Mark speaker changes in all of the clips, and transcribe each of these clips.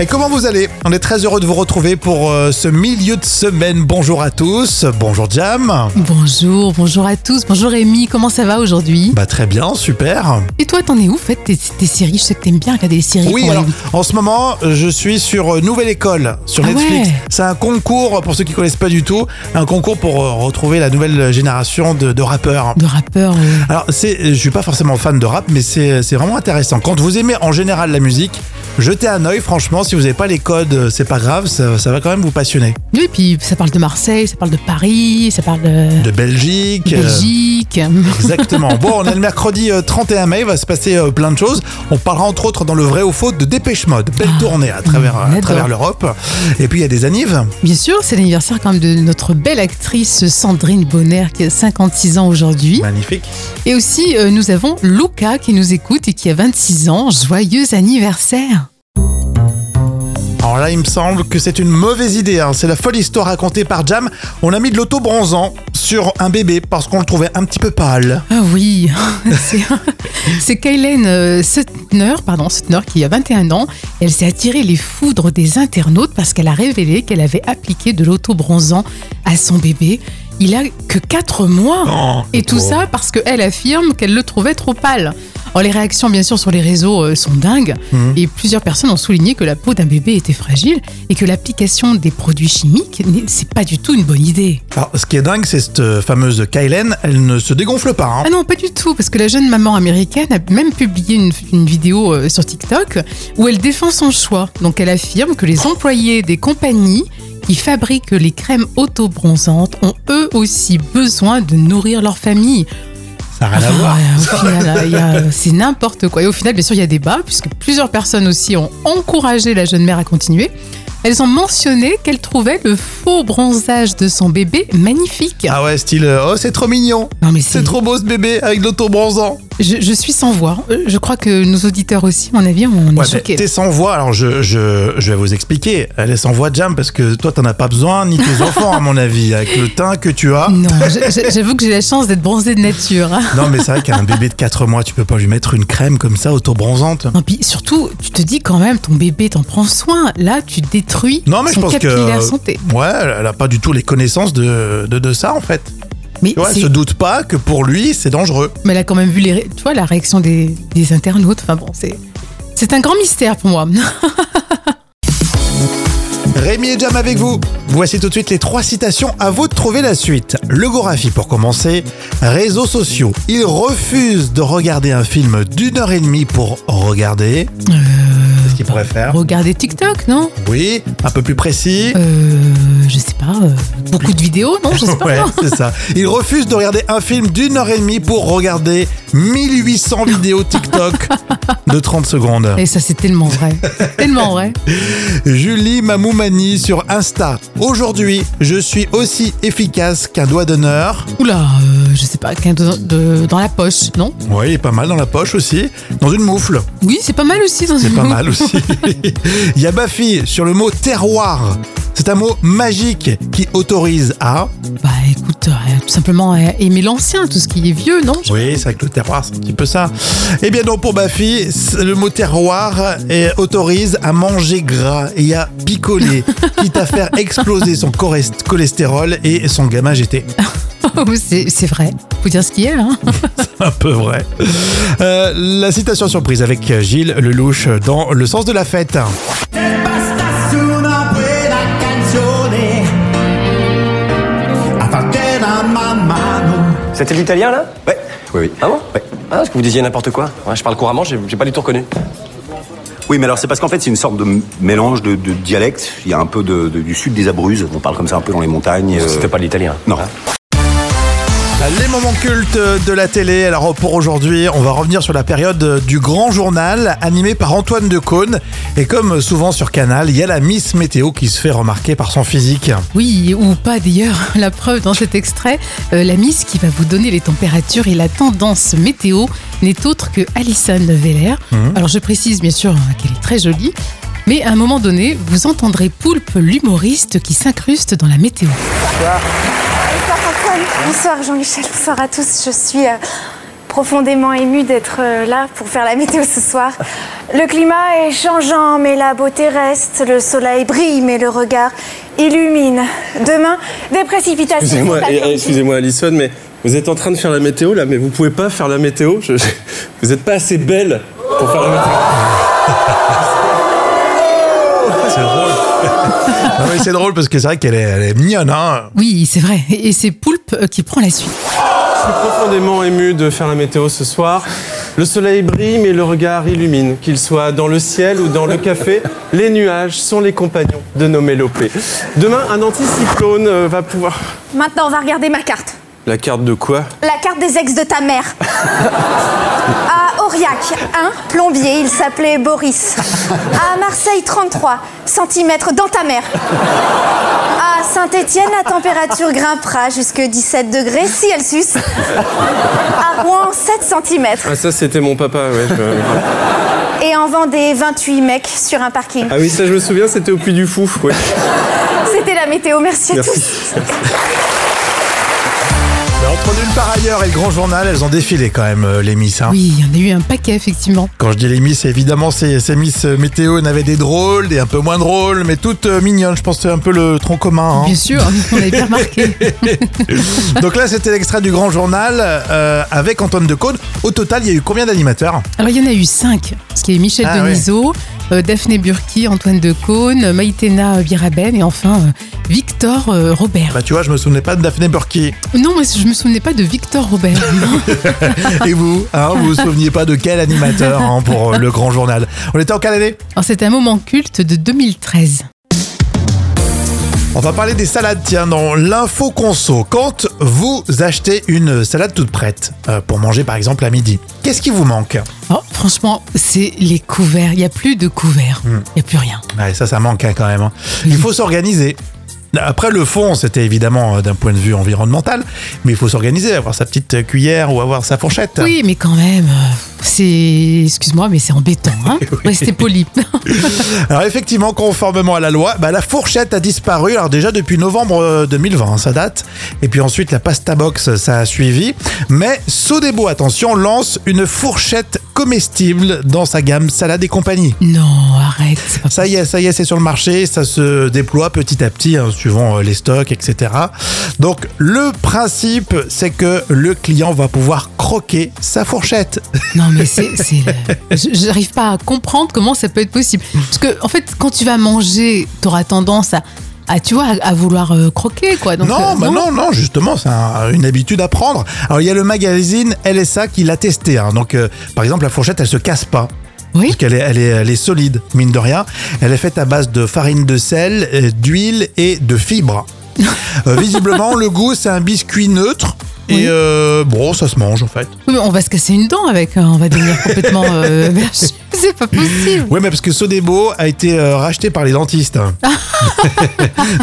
Speaker 1: Et comment vous allez On est très heureux de vous retrouver pour euh, ce milieu de semaine. Bonjour à tous, bonjour Jam.
Speaker 2: Bonjour, bonjour à tous, bonjour Rémi, comment ça va aujourd'hui
Speaker 1: Bah très bien, super.
Speaker 2: Et toi, t'en es où fait tes, tes séries Je sais que t'aimes bien regarder les séries.
Speaker 1: Oui,
Speaker 2: pour
Speaker 1: alors
Speaker 2: les-
Speaker 1: en ce moment, euh, je suis sur euh, Nouvelle École sur
Speaker 2: Ah
Speaker 1: Netflix.
Speaker 2: ouais.
Speaker 1: C'est un concours pour ceux qui connaissent pas du tout, un concours pour euh, retrouver la nouvelle génération de, de rappeurs.
Speaker 2: De rappeurs. euh.
Speaker 1: Alors, c'est, je suis pas forcément fan de rap, mais c'est, c'est vraiment intéressant. Quand vous aimez en général la musique, jetez un œil. Franchement, si vous n'avez pas les codes, euh, c'est pas grave, ça, ça va quand même vous passionner.
Speaker 2: Oui, et puis ça parle de Marseille, ça parle de Paris, ça parle de,
Speaker 1: De Belgique. euh,
Speaker 2: Belgique.
Speaker 1: Exactement. Bon, on est le mercredi euh, 31 mai, il va se passer euh, plein de choses. On parlera entre autres dans le vrai ou faux de Dépêche Mode. Belle
Speaker 2: Ah,
Speaker 1: tournée à travers,
Speaker 2: on
Speaker 1: euh, à
Speaker 2: adore.
Speaker 1: travers l'Europe. Et puis il y a des anives.
Speaker 2: Bien sûr, c'est l'anniversaire quand même de notre belle actrice Sandrine Bonner qui a 56 ans aujourd'hui.
Speaker 1: Magnifique.
Speaker 2: Et aussi, euh, nous avons Luca qui nous écoute et qui a 26 ans. Joyeux anniversaire
Speaker 1: Alors là, il me semble que c'est une mauvaise idée. hein. C'est la folle histoire racontée par Jam. On a mis de l'auto-bronzant sur un bébé parce qu'on le trouvait un petit peu pâle.
Speaker 2: Ah oui, c'est- c'est Kaylen euh, Sutner, pardon, Sutner qui a 21 ans. Elle s'est attirée les foudres des internautes parce qu'elle a révélé qu'elle avait appliqué de l'autobronzant à son bébé. Il a que 4 mois.
Speaker 1: Oh,
Speaker 2: Et tout ça parce qu'elle affirme qu'elle le trouvait trop pâle. Alors les réactions bien sûr sur les réseaux euh, sont dingues
Speaker 1: Mhm.
Speaker 2: et plusieurs personnes ont souligné que la peau d'un bébé était fragile et que l'application des produits chimiques n'est- c'est pas du tout une bonne idée.
Speaker 1: Alors, ce qui est dingue, c'est cette euh, fameuse Kylen, elle ne se dégonfle pas. hein.
Speaker 2: Ah non pas du tout parce que la jeune maman américaine a même publié une, une vidéo euh, sur TikTok où elle défend son choix. Donc elle affirme que les employés des compagnies qui fabriquent les crèmes autobronzantes ont eux aussi besoin de nourrir leur famille.
Speaker 1: Ça n'a rien à
Speaker 2: Enfin,
Speaker 1: voir.
Speaker 2: Ah, ouais, au final, il y a- c'est n'importe quoi. Et au final, bien sûr, il y a débat, puisque plusieurs personnes aussi ont encouragé la jeune mère à continuer. Elles ont mentionné qu'elles trouvaient le faux bronzage de son bébé magnifique.
Speaker 1: Ah ouais, style, euh, oh, c'est trop mignon.
Speaker 2: Non mais
Speaker 1: C'est trop beau ce bébé avec de l'auto-bronzant.
Speaker 2: Je, je suis sans voix. Euh, Je crois que nos auditeurs aussi, à mon avis, on est
Speaker 1: Ouais, mais
Speaker 2: choqués.
Speaker 1: t'es sans voix, alors je, je, je vais vous expliquer. Elle est sans voix, Jam, parce que toi, t'en as pas besoin, ni tes enfants, à mon avis, avec le teint que tu as.
Speaker 2: Non, je- je- j'avoue que j'ai la chance d'être bronzée de nature. hein.
Speaker 1: Non, mais c'est vrai qu'un bébé de 4 mois, tu peux pas lui mettre une crème comme ça, autobronzante.
Speaker 2: Non, puis surtout, tu te dis quand même, ton bébé, t'en prends soin. Là, tu détruis
Speaker 1: Non, mais je
Speaker 2: son
Speaker 1: pense que-
Speaker 2: capillaire santé.
Speaker 1: Ouais, elle a pas du tout les connaissances de, de, de ça, en fait.
Speaker 2: Mais
Speaker 1: Tu vois, elle
Speaker 2: c'est
Speaker 1: se doute pas que pour lui, c'est dangereux.
Speaker 2: Mais elle a quand même vu les, ré- tu vois, la réaction des, des internautes. Enfin bon, c'est, c'est un grand mystère pour moi.
Speaker 1: Rémi et Jam avec vous. Voici tout de suite les trois citations. À vous de trouver la suite. Le Gorafi pour commencer. Réseaux sociaux. Il refuse de regarder un film d'une heure et demie pour regarder.
Speaker 2: Euh,
Speaker 1: Qu'est-ce qu'il pourrait faire
Speaker 2: Regardez TikTok, non
Speaker 1: Oui, un peu plus précis.
Speaker 2: euh, Je sais pas. euh, beaucoup de vidéos, non Je sais pas.
Speaker 1: Ouais,
Speaker 2: non
Speaker 1: c'est ça. Il refuse de regarder un film d'une heure et demie pour regarder 1800 vidéos TikTok de 30 secondes.
Speaker 2: Et ça, c'est tellement vrai. tellement vrai.
Speaker 1: Julie Mamoumani sur Insta. Aujourd'hui, je suis aussi efficace qu'un doigt d'honneur.
Speaker 2: Oula, euh, je sais pas, quelqu'un de, de- dans la poche, non
Speaker 1: Ouais, il est pas mal dans la poche aussi. Dans une moufle,
Speaker 2: Oui, c'est pas mal aussi dans
Speaker 1: c'est
Speaker 2: une
Speaker 1: pas mal aussi. Il y a ma fille sur le mot terroir. C'est un mot magique qui autorise à...
Speaker 2: Bah écoute, euh, tout simplement euh, aimer l'ancien, tout ce qui est vieux, non
Speaker 1: Oui, c'est vrai que le terroir, c'est un petit peu ça. Eh bien donc pour ma fille, c'est- le mot terroir euh, autorise à manger gras et à picoler, quitte à faire exploser son chorest- cholestérol et son gamma GT.
Speaker 2: Oh, c'est, c'est vrai. Faut dire ce qu'il y a. Hein
Speaker 1: Un peu vrai. Euh, la citation surprise avec Gilles Lelouch dans Le sens de la fête.
Speaker 3: Basta una buona canzone a partire man mano
Speaker 4: C'était l'italien là
Speaker 5: Ouais, oui, oui.
Speaker 4: Ah bon
Speaker 5: Ouais.
Speaker 4: Ah, parce que vous disiez n'importe quoi. Ouais, je parle couramment, j'ai j'ai pas du tout reconnu.
Speaker 5: Oui, mais alors c'est parce qu'en fait, c'est une sorte de m- mélange de, de dialectes. Il y a un peu de, de- du sud des Abruzes. On parle comme ça un peu dans les montagnes. euh,
Speaker 4: C'était pas de l'italien.
Speaker 5: Non.
Speaker 1: Les moments cultes de la télé. Alors pour aujourd'hui, on va revenir sur la période du grand journal animé par Antoine Decaune. Et comme souvent sur Canal, il y a la Miss Météo qui se fait remarquer par son physique.
Speaker 2: Oui, ou pas d'ailleurs, la preuve dans cet extrait, euh, la Miss qui va vous donner les températures et la tendance météo n'est autre que Alison Veller.
Speaker 1: Mmh.
Speaker 2: Alors je précise bien sûr hein, qu'elle est très jolie, mais à un moment donné, vous entendrez Poulpe l'humoriste qui s'incruste dans la météo.
Speaker 6: Bonsoir Antoine, bonsoir Jean-Michel, bonsoir à tous. Je suis euh, profondément émue d'être euh, là pour faire la météo ce soir. Le climat est changeant, mais la beauté reste. Le soleil brille, mais le regard illumine. Demain, des précipitations.
Speaker 7: Excusez-moi,
Speaker 6: cet
Speaker 7: eh, eh,
Speaker 6: après-midi.
Speaker 7: excusez-moi Alison, mais vous êtes en train de faire la météo là, mais vous pouvez pas faire la météo. Je- je- vous n'êtes pas assez belle pour faire la météo.
Speaker 1: C'est drôle. Non, mais Ah c'est drôle parce que c'est vrai qu'elle est, elle est mignonne. Hein
Speaker 2: Oui, c'est vrai. Et et c'est Poulpe euh, qui prend la suite.
Speaker 7: Je suis profondément ému de faire la météo ce soir. Le soleil brille, mais le regard illumine. Qu'il soit dans le ciel ou dans le café, les nuages sont les compagnons de nos mélopées. Demain, un anticyclone euh, va pouvoir.
Speaker 6: Maintenant, on va regarder ma carte.
Speaker 7: La carte de quoi
Speaker 6: La carte des ex de ta mère. à Aurillac, un plombier, il s'appelait Boris. À Marseille, 33 cm dans ta mère. À Saint-Étienne, la température grimpera jusque 17 degrés si elle suce. À Rouen, 7 cm.
Speaker 7: Ah, ça, c'était mon papa, ouais. euh.
Speaker 6: Et en Vendée, 28 mecs sur un parking.
Speaker 7: Ah oui, ça, je me souviens, c'était au Puy du Fou, ouais.
Speaker 6: C'était la météo, merci à
Speaker 7: Merci.
Speaker 6: tous.
Speaker 1: Mais entre nulle part ailleurs et le grand journal, elles ont défilé quand même, euh, les Miss. hein.
Speaker 2: Oui, il y en a eu un paquet, effectivement.
Speaker 1: Quand je dis les Miss, évidemment, ces, ces Miss météo n'avaient des drôles, des un peu moins drôles, mais toutes euh, mignonnes. Je pense que c'est un peu le tronc commun. hein.
Speaker 2: Bien sûr, on avait bien remarqué.
Speaker 1: Donc là, c'était l'extrait du grand journal euh, avec Antoine Decaune. Au total, il y a eu combien d'animateurs
Speaker 2: Alors, il y en a eu cinq, ce qui est Michel
Speaker 1: Ah,
Speaker 2: Denisot, euh, Daphné Burki, Antoine Decaune, euh, Maïtena Biraben et enfin euh, Victor euh, Robert.
Speaker 1: Bah, tu vois, je me souvenais pas de Daphné Burki.
Speaker 2: Non, moi, je me souvenais pas de Victor Robert. Non.
Speaker 1: Et vous, hein, vous vous souveniez pas de quel animateur hein, pour euh, le grand journal On était en quelle année
Speaker 2: Alors, c'est un moment culte de 2013.
Speaker 1: On va parler des salades, tiens, dans l'info conso. Quand vous achetez une salade toute prête euh, pour manger par exemple à midi, qu'est-ce qui vous manque
Speaker 2: Oh, franchement, c'est les couverts. Il n'y a plus de couverts.
Speaker 1: Hmm.
Speaker 2: Il n'y a plus rien.
Speaker 1: Ouais, ça, ça manque hein, quand même. hein. Il faut s'organiser. Après, le fond, c'était évidemment euh, d'un point de vue environnemental, mais il faut s'organiser, avoir sa petite euh, cuillère ou avoir sa fourchette.
Speaker 2: Oui, mais quand même, euh, c'est. Excuse-moi, mais c'est embêtant. Hein Restez poli.
Speaker 1: Alors effectivement, conformément à la loi, bah, la fourchette a disparu. Alors déjà depuis novembre euh, 2020, hein, ça date. Et puis ensuite la pasta box, ça a suivi. Mais Sodebo, attention, lance une fourchette comestible dans sa gamme salade et compagnie.
Speaker 2: non, arrête. c'est pas
Speaker 1: Ça y est, ça y est, c'est sur le marché, ça se déploie petit à petit, hein, suivant euh, les stocks, etc. Donc le principe, c'est que le client va pouvoir croquer sa fourchette.
Speaker 2: Non, mais c'est. c'est le- je- J'arrive pas à comprendre comment ça peut être possible. Parce que, en fait, quand tu vas manger, t'auras tendance à, à, tu vois, à, à vouloir euh, croquer, quoi. Donc,
Speaker 1: non,
Speaker 2: euh,
Speaker 1: bah non, non, justement, c'est un- une habitude à prendre. Alors, il y a le magazine LSA qui l'a testé. hein. Donc, euh, par exemple, la fourchette, elle se casse pas.
Speaker 2: Oui.
Speaker 1: Parce qu'elle est, elle est, elle est solide, mine de rien. Elle est faite à base de farine de sel, euh, d'huile et de fibres. Euh, visiblement, le goût, c'est un biscuit neutre. Et
Speaker 2: Oui.
Speaker 1: euh, bon, ça se mange en fait.
Speaker 2: Oui, mais on va se casser une dent avec. hein, on va devenir complètement. euh, vache. c'est pas possible.
Speaker 1: Ouais, mais parce que Sodebo a été euh, racheté par les dentistes.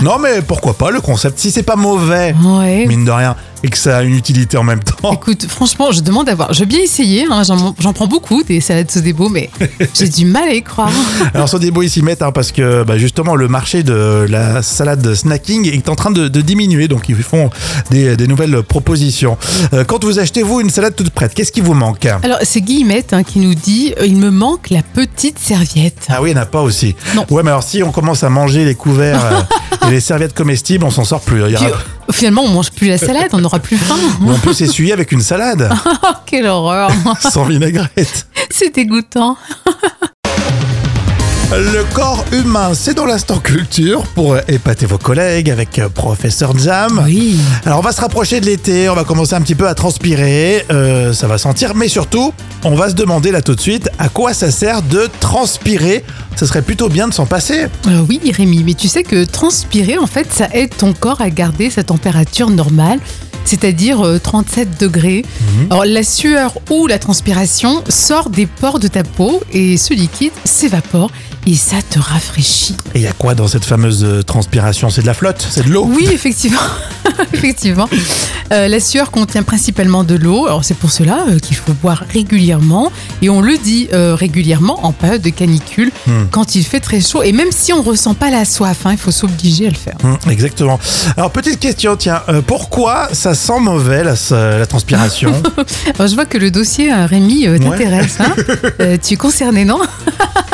Speaker 1: non, mais pourquoi pas le concept Si c'est pas mauvais,
Speaker 2: Ouais.
Speaker 1: mine de rien, et que ça a une utilité en même temps.
Speaker 2: Écoute, franchement, je demande à voir. Je veux bien essayer, hein, j'en j'en prends beaucoup des salades Sodebo, mais j'ai du mal à y croire.
Speaker 1: Alors sur des ils s'y mettent hein, parce que bah, justement le marché de la salade snacking est en train de, de diminuer, donc ils font des, des nouvelles propositions. Euh, quand vous achetez vous une salade toute prête, qu'est-ce qui vous manque Ah
Speaker 2: Alors, c'est Guillemette hein, qui nous dit euh, Il me manque la petite serviette.
Speaker 1: ah oui, il n'y en a pas aussi.
Speaker 2: Non.
Speaker 1: Ouais, mais alors si on commence à manger les couverts euh, et les serviettes comestibles, on s'en sort plus. Il y aura-
Speaker 2: Puis, euh, finalement, on mange plus la salade, on n'aura plus faim.
Speaker 1: On peut s'essuyer avec une salade
Speaker 2: Oh, quelle horreur
Speaker 1: sans vinaigrette.
Speaker 2: C'est dégoûtant.
Speaker 1: Le corps humain, c'est dans l'instant culture pour épater vos collègues avec euh, professeur Jam.
Speaker 2: Oui.
Speaker 1: Alors on va se rapprocher de l'été, on va commencer un petit peu à transpirer, euh, ça va sentir, mais surtout on va se demander là tout de suite à quoi ça sert de transpirer. Ça serait plutôt bien de s'en passer.
Speaker 2: Euh, oui, Rémi, mais tu sais que transpirer, en fait, ça aide ton corps à garder sa température normale, c'est-à-dire euh, 37 degrés. Alors, la sueur ou la transpiration sort des pores de ta peau et ce liquide s'évapore et ça te rafraîchit.
Speaker 1: Et il y a quoi dans cette fameuse euh, transpiration C'est de la flotte C'est de l'eau
Speaker 2: Oui, effectivement. effectivement. Euh, la sueur contient principalement de l'eau. Alors, c'est pour cela euh, qu'il faut boire régulièrement. Et on le dit euh, régulièrement en période de canicule, quand il fait très chaud. Et même si on ne ressent pas la soif, hein, il faut s'obliger à le faire.
Speaker 1: Hum, exactement. Alors, petite question, tiens, euh, pourquoi ça sent mauvais la, la transpiration
Speaker 2: Alors, Oh, je vois que le dossier, euh, Rémi, euh, t'intéresse. hein. Euh, tu es concerné, non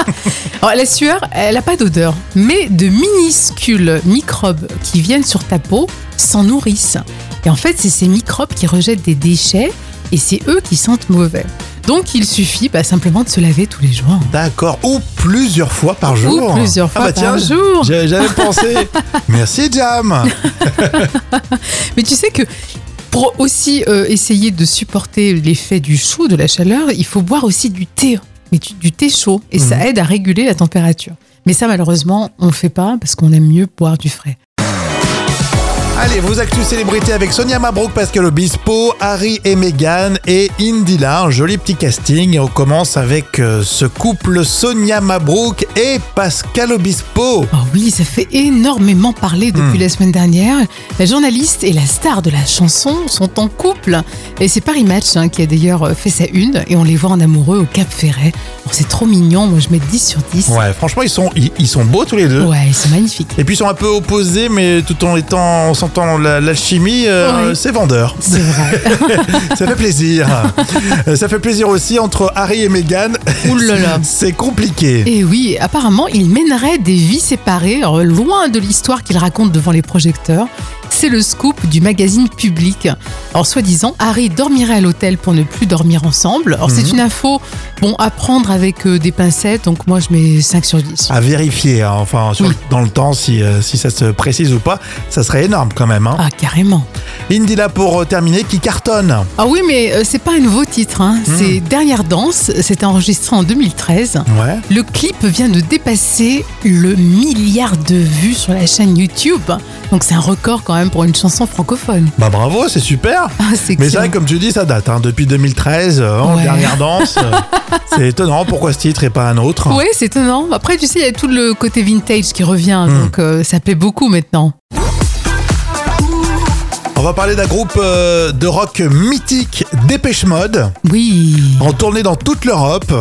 Speaker 2: Alors, la sueur, elle n'a pas d'odeur, mais de minuscules microbes qui viennent sur ta peau s'en nourrissent. Et en fait, c'est ces microbes qui rejettent des déchets et c'est eux qui sentent mauvais. Donc, il suffit bah, simplement de se laver tous les jours. hein,
Speaker 1: D'accord, ou plusieurs fois par jour.
Speaker 2: Ou plusieurs fois
Speaker 1: ah bah
Speaker 2: par
Speaker 1: tiens,
Speaker 2: jour.
Speaker 1: J'avais jamais pensé. Merci Jam.
Speaker 2: Mais tu sais que pour aussi euh, essayer de supporter l'effet du chaud, de la chaleur, il faut boire aussi du thé, mais du, du thé chaud, et ça aide à réguler la température. Mais ça, malheureusement, on ne fait pas parce qu'on aime mieux boire du frais.
Speaker 1: Allez, vos actus célébrités avec Sonia Mabrouk, Pascal Obispo, Harry et Meghan et Indila. Un joli petit casting. Et on commence avec euh, ce couple Sonia Mabrouk et Pascal Obispo.
Speaker 2: Oh oui, ça fait énormément parler depuis la semaine dernière. La journaliste et la star de la chanson sont en couple. Et c'est Paris Match hein, qui a d'ailleurs euh, fait sa une et on les voit en amoureux au Cap Ferret. Bon, c'est trop mignon, moi je mets 10 sur 10.
Speaker 1: Ouais, franchement, ils sont, ils, ils sont beaux tous les deux.
Speaker 2: Ouais, c'est magnifique.
Speaker 1: Et puis ils sont un peu opposés, mais tout en étant, en sentant la- l'alchimie, euh,
Speaker 2: Ouais.
Speaker 1: c'est vendeur.
Speaker 2: C'est vrai.
Speaker 1: Ça fait plaisir. Euh, Ça fait plaisir aussi entre Harry et Meghan.
Speaker 2: Ouh là là.
Speaker 1: C'est compliqué.
Speaker 2: Et oui, apparemment, ils mèneraient des vies séparées, alors, loin de l'histoire qu'ils racontent devant les projecteurs. C'est le scoop du magazine Public. En soi-disant, Harry dormirait à l'hôtel pour ne plus dormir ensemble. Alors, c'est une info, bon, à prendre avec euh, des pincettes, donc moi je mets 5 sur 10.
Speaker 1: À vérifier, hein, enfin, sur-
Speaker 2: Oui.
Speaker 1: dans le temps, si, euh, si ça se précise ou pas, ça serait énorme quand même. Hein.
Speaker 2: Ah, carrément.
Speaker 1: Indila pour euh, terminer, qui cartonne.
Speaker 2: Ah oui, mais euh, c'est pas un nouveau titre. hein. C'est Dernière Danse, c'était enregistré en 2013.
Speaker 1: Ouais.
Speaker 2: Le clip vient de dépasser le milliard de vues sur la chaîne YouTube. Donc c'est un record quand même pour une chanson francophone.
Speaker 1: Bah bravo, c'est super.
Speaker 2: Ah, c'est
Speaker 1: Mais c'est
Speaker 2: excellent.
Speaker 1: vrai, comme tu dis, ça date. hein, depuis 2013, euh, en
Speaker 2: Ouais.
Speaker 1: dernière danse. euh, c'est étonnant. Pourquoi ce titre et pas un autre
Speaker 2: Ouais, c'est étonnant. Après, tu sais, il y a tout le côté vintage qui revient,
Speaker 1: Hmm.
Speaker 2: donc euh, ça plaît beaucoup maintenant.
Speaker 1: On va parler d'un groupe euh, de rock mythique, Dépêche Mode.
Speaker 2: Oui.
Speaker 1: en tournée dans toute l'Europe.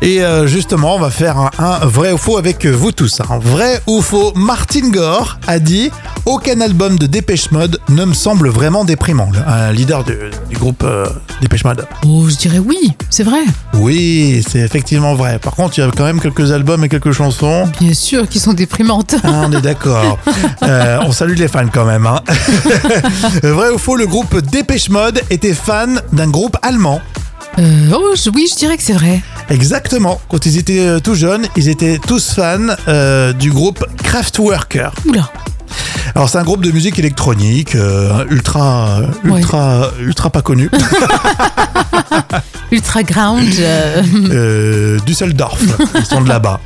Speaker 1: Et euh, justement, on va faire un, un vrai ou faux avec vous tous. Un vrai ou faux. Martin Gore a dit Aucun album de Dépêche Mode ne me semble vraiment déprimant. Le- Un leader du, du groupe euh, Dépêche Mode.
Speaker 2: Oh, je dirais oui, c'est vrai.
Speaker 1: Oui, c'est effectivement vrai. Par contre, il y a quand même quelques albums et quelques chansons.
Speaker 2: Bien sûr qu'ils sont déprimantes.
Speaker 1: Hein, on est d'accord. Euh, on salue les fans quand même. hein. vrai ou faux, le groupe Dépêche Mode était fan d'un groupe allemand.
Speaker 2: Euh, oh, je- oui, je dirais que c'est vrai.
Speaker 1: Exactement. Quand ils étaient euh, tout jeunes, ils étaient tous fans euh, du groupe Kraftwerker.
Speaker 2: Oula.
Speaker 1: Alors c'est un groupe de musique électronique euh, ultra euh, ultra ultra pas connu
Speaker 2: Ultra ground. euh,
Speaker 1: euh, Düsseldorf. Ils sont de là-bas.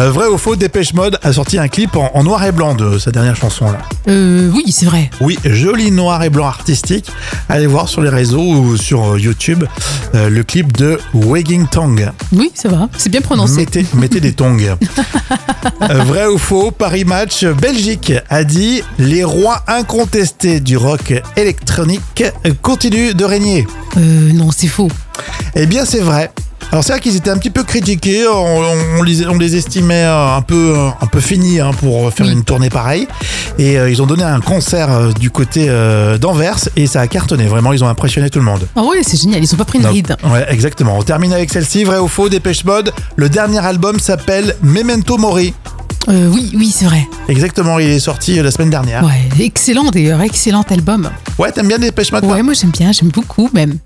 Speaker 1: Euh, vrai ou faux, Dépêche Mode a sorti un clip en, en noir et blanc de sa dernière chanson là.
Speaker 2: euh, oui, c'est vrai.
Speaker 1: Oui, joli noir et blanc artistique. Allez voir sur les réseaux ou sur euh, YouTube euh, le clip de Wagging Tongue.
Speaker 2: Oui, ça va. C'est bien prononcé.
Speaker 1: Mettez, mettez des tongs. Euh, Vrai ou faux, Paris Match euh, Belgique a dit les rois incontestés du rock électronique euh, continuent de régner.
Speaker 2: Euh, non, c'est faux.
Speaker 1: Eh bien, c'est vrai. Alors c'est vrai qu'ils étaient un petit peu critiqués, on, on les, on les estimait euh, un peu, euh, un peu finis hein, pour faire
Speaker 2: Oui.
Speaker 1: une tournée pareille. Et euh, ils ont donné un concert euh, du côté euh, d'Anvers et ça a cartonné, vraiment, ils ont impressionné tout le monde.
Speaker 2: Ah ouais, c'est génial. Ils sont pas pris une
Speaker 1: Non.
Speaker 2: ride.
Speaker 1: Ouais, exactement. On termine avec celle-ci, vrai ou faux, Dépêche Mode. Le dernier album s'appelle Memento Mori.
Speaker 2: Euh, oui, oui, c'est vrai.
Speaker 1: Exactement, il est sorti euh, la semaine dernière.
Speaker 2: Ouais, excellent d'ailleurs, excellent album.
Speaker 1: Ouais, t'aimes bien Dépêche Mode Ah, toi
Speaker 2: Ouais, moi j'aime bien, j'aime beaucoup même.